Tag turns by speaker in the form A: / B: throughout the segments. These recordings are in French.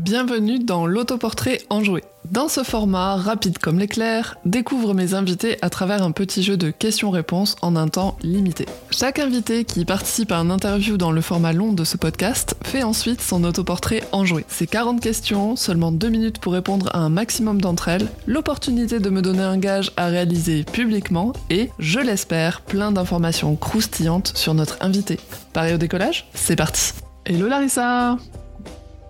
A: bienvenue dans l'autoportrait enjoué. Dans ce format, rapide comme l'éclair, découvre mes invités à travers un petit jeu de questions-réponses en un temps limité. Chaque invité qui participe à un interview dans le format long de ce podcast fait ensuite son autoportrait enjoué. C'est 40 questions, seulement 2 minutes pour répondre à un maximum d'entre elles, l'opportunité de me donner un gage à réaliser publiquement et, je l'espère, plein d'informations croustillantes sur notre invité. Pareil au décollage C'est parti Hello Larissa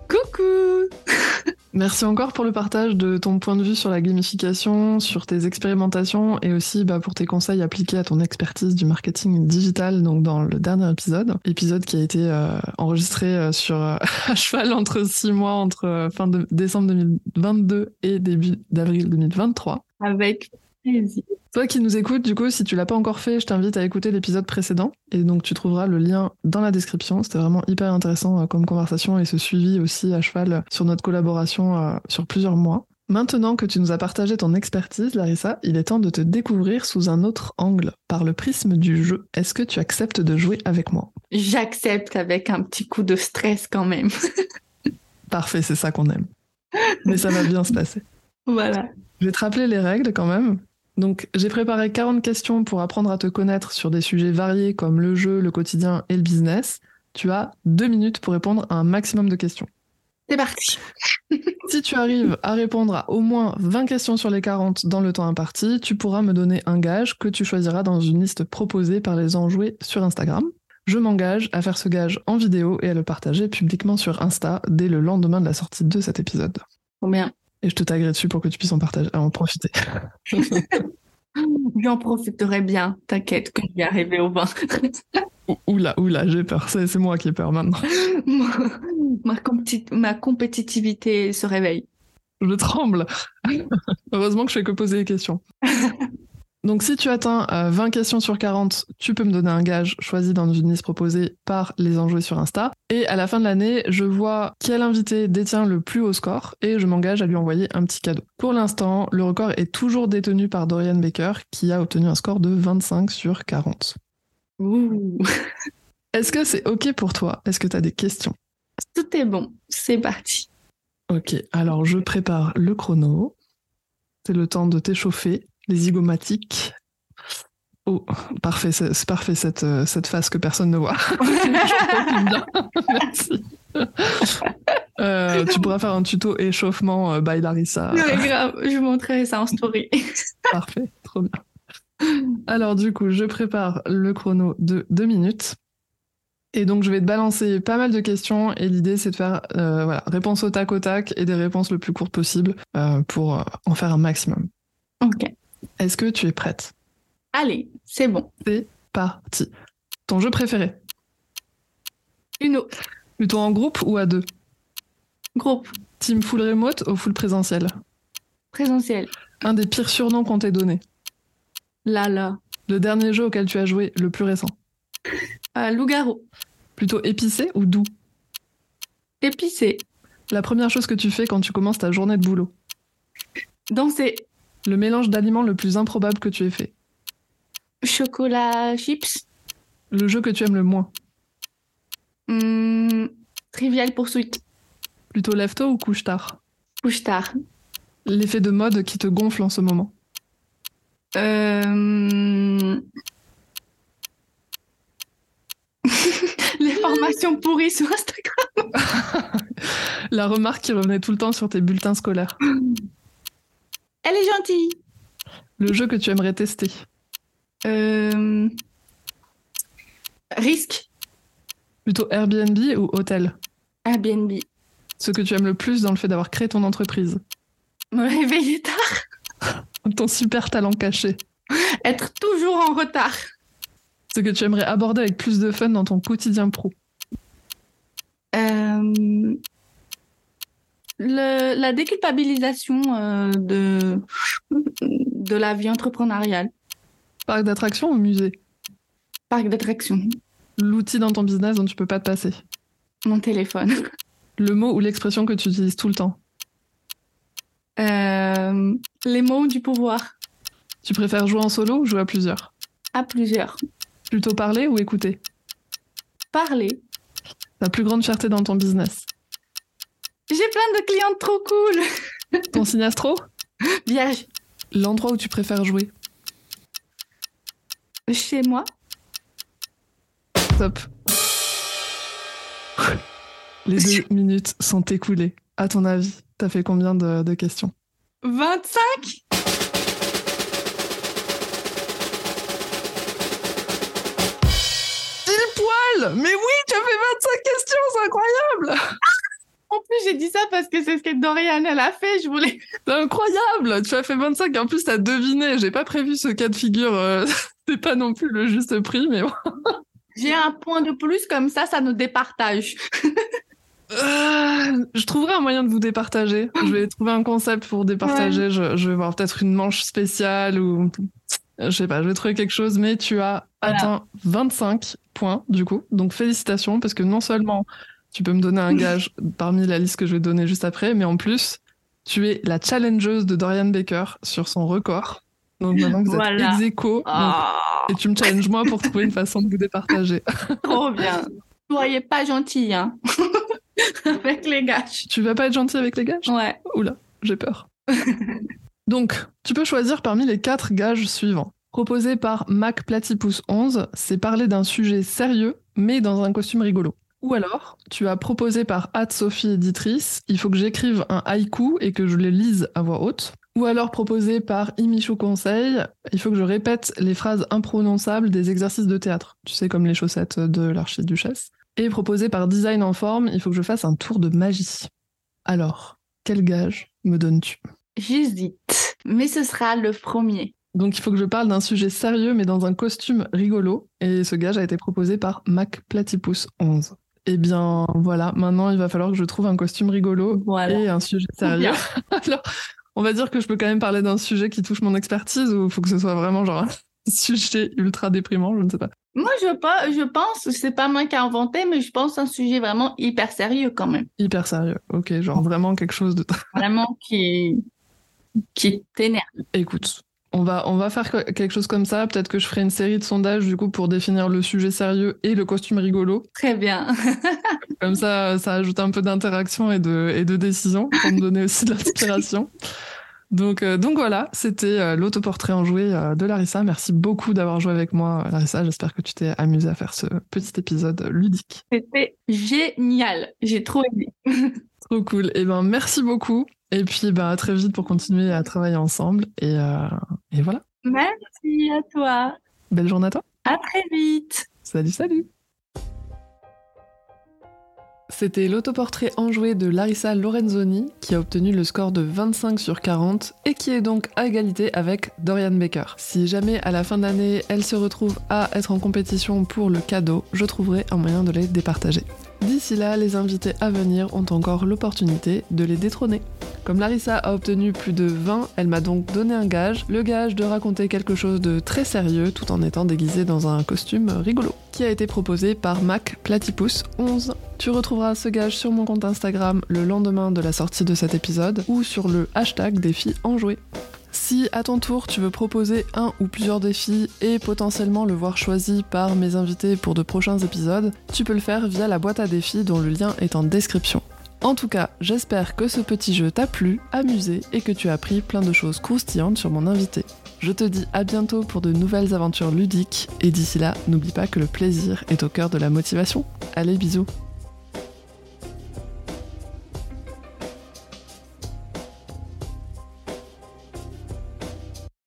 B: Coucou
A: Merci encore pour le partage de ton point de vue sur la gamification, sur tes expérimentations et aussi bah, pour tes conseils appliqués à ton expertise du marketing digital donc dans le dernier épisode, épisode qui a été euh, enregistré euh, sur euh, à cheval entre six mois entre euh, fin de décembre 2022 et début d'avril 2023.
B: Avec plaisir.
A: Toi qui nous écoutes, du coup, si tu l'as pas encore fait, je t'invite à écouter l'épisode précédent. Et donc, tu trouveras le lien dans la description. C'était vraiment hyper intéressant euh, comme conversation et ce suivi aussi à cheval euh, sur notre collaboration euh, sur plusieurs mois. Maintenant que tu nous as partagé ton expertise, Larissa, il est temps de te découvrir sous un autre angle, par le prisme du jeu. Est-ce que tu acceptes de jouer avec moi
B: J'accepte avec un petit coup de stress quand même.
A: Parfait, c'est ça qu'on aime. Mais ça va bien se passer.
B: Voilà.
A: Je vais te rappeler les règles quand même. Donc, j'ai préparé 40 questions pour apprendre à te connaître sur des sujets variés comme le jeu, le quotidien et le business. Tu as deux minutes pour répondre à un maximum de questions.
B: C'est parti.
A: Si tu arrives à répondre à au moins 20 questions sur les 40 dans le temps imparti, tu pourras me donner un gage que tu choisiras dans une liste proposée par les enjoués sur Instagram. Je m'engage à faire ce gage en vidéo et à le partager publiquement sur Insta dès le lendemain de la sortie de cet épisode.
B: Combien
A: Et je te taguerai dessus pour que tu puisses en, partager, en profiter.
B: J'en profiterai bien. T'inquiète que je vais arriver au bain.
A: Ou- Oula, oula, j'ai peur. C'est c'est moi qui ai peur maintenant.
B: Moi, ma, compéti- ma compétitivité se réveille.
A: Je tremble. Heureusement que je fais que poser les questions. Donc si tu atteins euh, 20 questions sur 40, tu peux me donner un gage choisi dans une liste proposée par les enjoués sur Insta. Et à la fin de l'année, je vois quel invité détient le plus haut score et je m'engage à lui envoyer un petit cadeau. Pour l'instant, le record est toujours détenu par Dorian Baker qui a obtenu un score de 25 sur 40.
B: Ouh.
A: Est-ce que c'est OK pour toi Est-ce que tu as des questions
B: Tout est bon. C'est parti.
A: Ok, alors je prépare le chrono. C'est le temps de t'échauffer, les zygomatiques. Oh, parfait, c'est c'est parfait cette, euh, cette phase que personne ne voit. Merci. Euh, tu pourras faire un tuto échauffement euh, by Larissa.
B: C'est grave. Je montrerai ça en story.
A: Parfait, trop bien. Alors du coup, je prépare le chrono de deux minutes. Et donc, je vais te balancer pas mal de questions et l'idée, c'est de faire euh, voilà, réponse au tac au tac et des réponses le plus courtes possible euh, pour euh, en faire un maximum.
B: ok.
A: Est-ce que tu es prête
B: Allez, c'est bon.
A: Parti. Ton jeu préféré
B: Une autre.
A: Plutôt en groupe ou à deux
B: Groupe.
A: Team full remote ou full présentiel
B: Présentiel.
A: Un des pires surnoms qu'on t'ait donné.
B: Là, là.
A: Le dernier jeu auquel tu as joué, le plus récent.
B: Euh, Loup-garou.
A: Plutôt épicé ou doux
B: Épicé.
A: La première chose que tu fais quand tu commences ta journée de boulot
B: Danser.
A: Le mélange d'aliments le plus improbable que tu aies fait.
B: Chocolat chips.
A: Le jeu que tu aimes le moins.
B: Hmm, trivial poursuite.
A: Plutôt lève-tôt ou couche tard.
B: Couche tard.
A: L'effet de mode qui te gonfle en ce moment.
B: Euh, Les formations pourries sur Instagram.
A: La remarque qui revenait tout le temps sur tes bulletins scolaires.
B: Elle est gentille.
A: Le jeu que tu aimerais tester.
B: Euh, Risque.
A: Plutôt Airbnb ou hôtel.
B: Airbnb.
A: Ce que tu aimes le plus dans le fait d'avoir créé ton entreprise.
B: Me réveiller tard.
A: Ton super talent caché.
B: Être toujours en retard.
A: Ce que tu aimerais aborder avec plus de fun dans ton quotidien pro.
B: Euh, le- La déculpabilisation euh, de... de la vie entrepreneuriale.
A: Parc d'attractions ou musée.
B: Parc d'attraction.
A: L'outil dans ton business dont tu peux pas te passer.
B: Mon téléphone.
A: Le mot ou l'expression que tu utilises tout le temps.
B: Euh, les mots du pouvoir
A: Tu préfères jouer en solo ou jouer à plusieurs
B: à plusieurs.
A: Plutôt parler ou écouter
B: Parler.
A: Ta plus grande fierté dans ton business.
B: J'ai plein de clientes trop cool.
A: Ton signe astro
B: Vierge,
A: L'endroit où tu préfères jouer
B: chez moi.
A: Top. Les deux minutes sont écoulées. À ton avis, t'as fait combien de, de questions
B: 25
A: Pile poil Mais oui, tu as fait 25 questions, c'est incroyable
B: En plus, j'ai dit ça parce que c'est ce que Dorian, elle a fait. Je voulais...
A: C'est incroyable Tu as fait 25 et en plus t'as deviné. J'ai pas prévu ce cas de figure. euh, C'est pas non plus le juste prix, mais bon.
B: J'ai un point de plus, comme ça, ça nous départage.
A: Euh, je trouverai un moyen de vous départager. Je vais trouver un concept pour départager. Je, je vais voir peut-être une manche spéciale ou je sais pas, je vais trouver quelque chose. Mais tu as
B: Voilà.
A: atteint 25 points du coup. Donc félicitations parce que non seulement tu peux me donner un gage parmi la liste que je vais te donner juste après, mais en plus tu es la challengeuse de Dorian Baker sur son record. Donc maintenant que vous
B: Voilà.
A: êtes ex aequo, donc-
B: Ah,
A: et tu me challenges moi pour trouver une façon de vous départager.
B: trop bien. Soyez pas gentil, hein. Avec les gâches.
A: Tu vas pas être gentil avec les gages
B: Ouais.
A: Oula, j'ai peur. Donc, tu peux choisir parmi les quatre gages suivants. Proposé par Mac Platypus 11, c'est parler d'un sujet sérieux, mais dans un costume rigolo. Ou alors, tu as proposé par Hat Sophie éditrice, il faut que j'écrive un haïku et que je le lise à voix haute. Ou alors proposé par Imichou Conseil, il faut que je répète les phrases imprononçables des exercices de théâtre, tu sais, comme les chaussettes de l'archiduchesse. Et proposé par Design en forme, il faut que je fasse un tour de magie. Alors, quel gage me donnes-tu
B: J'hésite. Mais ce sera le premier.
A: Donc il faut que je parle d'un sujet sérieux mais dans un costume rigolo et ce gage a été proposé par Mac Platypus 11. Eh bien voilà, maintenant il va falloir que je trouve un costume rigolo
B: Voilà.
A: et un sujet sérieux. Alors, on va dire que je peux quand même parler d'un sujet qui touche mon expertise ou faut que ce soit vraiment genre un sujet ultra déprimant, je ne sais pas.
B: Moi, je, pas, je pense, c'est pas moi qui ai inventé, mais je pense un sujet vraiment hyper sérieux quand même.
A: Hyper sérieux. OK, genre vraiment quelque chose de
B: Vraiment qui, qui t'énerve.
A: Écoute, on va, on va faire que- quelque chose comme ça. Peut-être que je ferai une série de sondages du coup pour définir le sujet sérieux et le costume rigolo.
B: Très bien.
A: Comme ça, ça ajoute un peu d'interaction et de, et de décision pour me donner aussi de l'inspiration. Donc, euh, donc voilà, c'était euh, l'autoportrait enjoué euh, de Larissa. Merci beaucoup d'avoir joué avec moi, Larissa. J'espère que tu t'es amusée à faire ce petit épisode ludique.
B: C'était génial. J'ai trop aimé.
A: Trop cool. Et ben, merci beaucoup. Et puis, ben, à très vite pour continuer à travailler ensemble. Et, euh, et voilà.
B: Merci à toi.
A: Belle journée à toi.
B: À très vite.
A: Salut, salut C'était l'autoportrait enjoué de Larissa Lorenzoni qui a obtenu le score de 25 sur 40 et qui est donc à égalité avec Dorian Baker. Si jamais à la fin d'année elle se retrouve à être en compétition pour le cadeau, je trouverai un moyen de les départager. D'ici là, les invités à venir ont encore l'opportunité de les détrôner. Comme Larissa a obtenu plus de 20, elle m'a donc donné un gage, le gage de raconter quelque chose de très sérieux tout en étant déguisée dans un costume rigolo, qui a été proposé par Mac Platypus 11. Tu retrouveras ce gage sur mon compte Instagram le lendemain de la sortie de cet épisode ou sur le hashtag défi enjoué. Si à ton tour tu veux proposer un ou plusieurs défis et potentiellement le voir choisi par mes invités pour de prochains épisodes, tu peux le faire via la boîte à défis dont le lien est en description. En tout cas, j'espère que ce petit jeu t'a plu, amusé et que tu as appris plein de choses croustillantes sur mon invité. Je te dis à bientôt pour de nouvelles aventures ludiques et d'ici là, n'oublie pas que le plaisir est au cœur de la motivation. Allez, bisous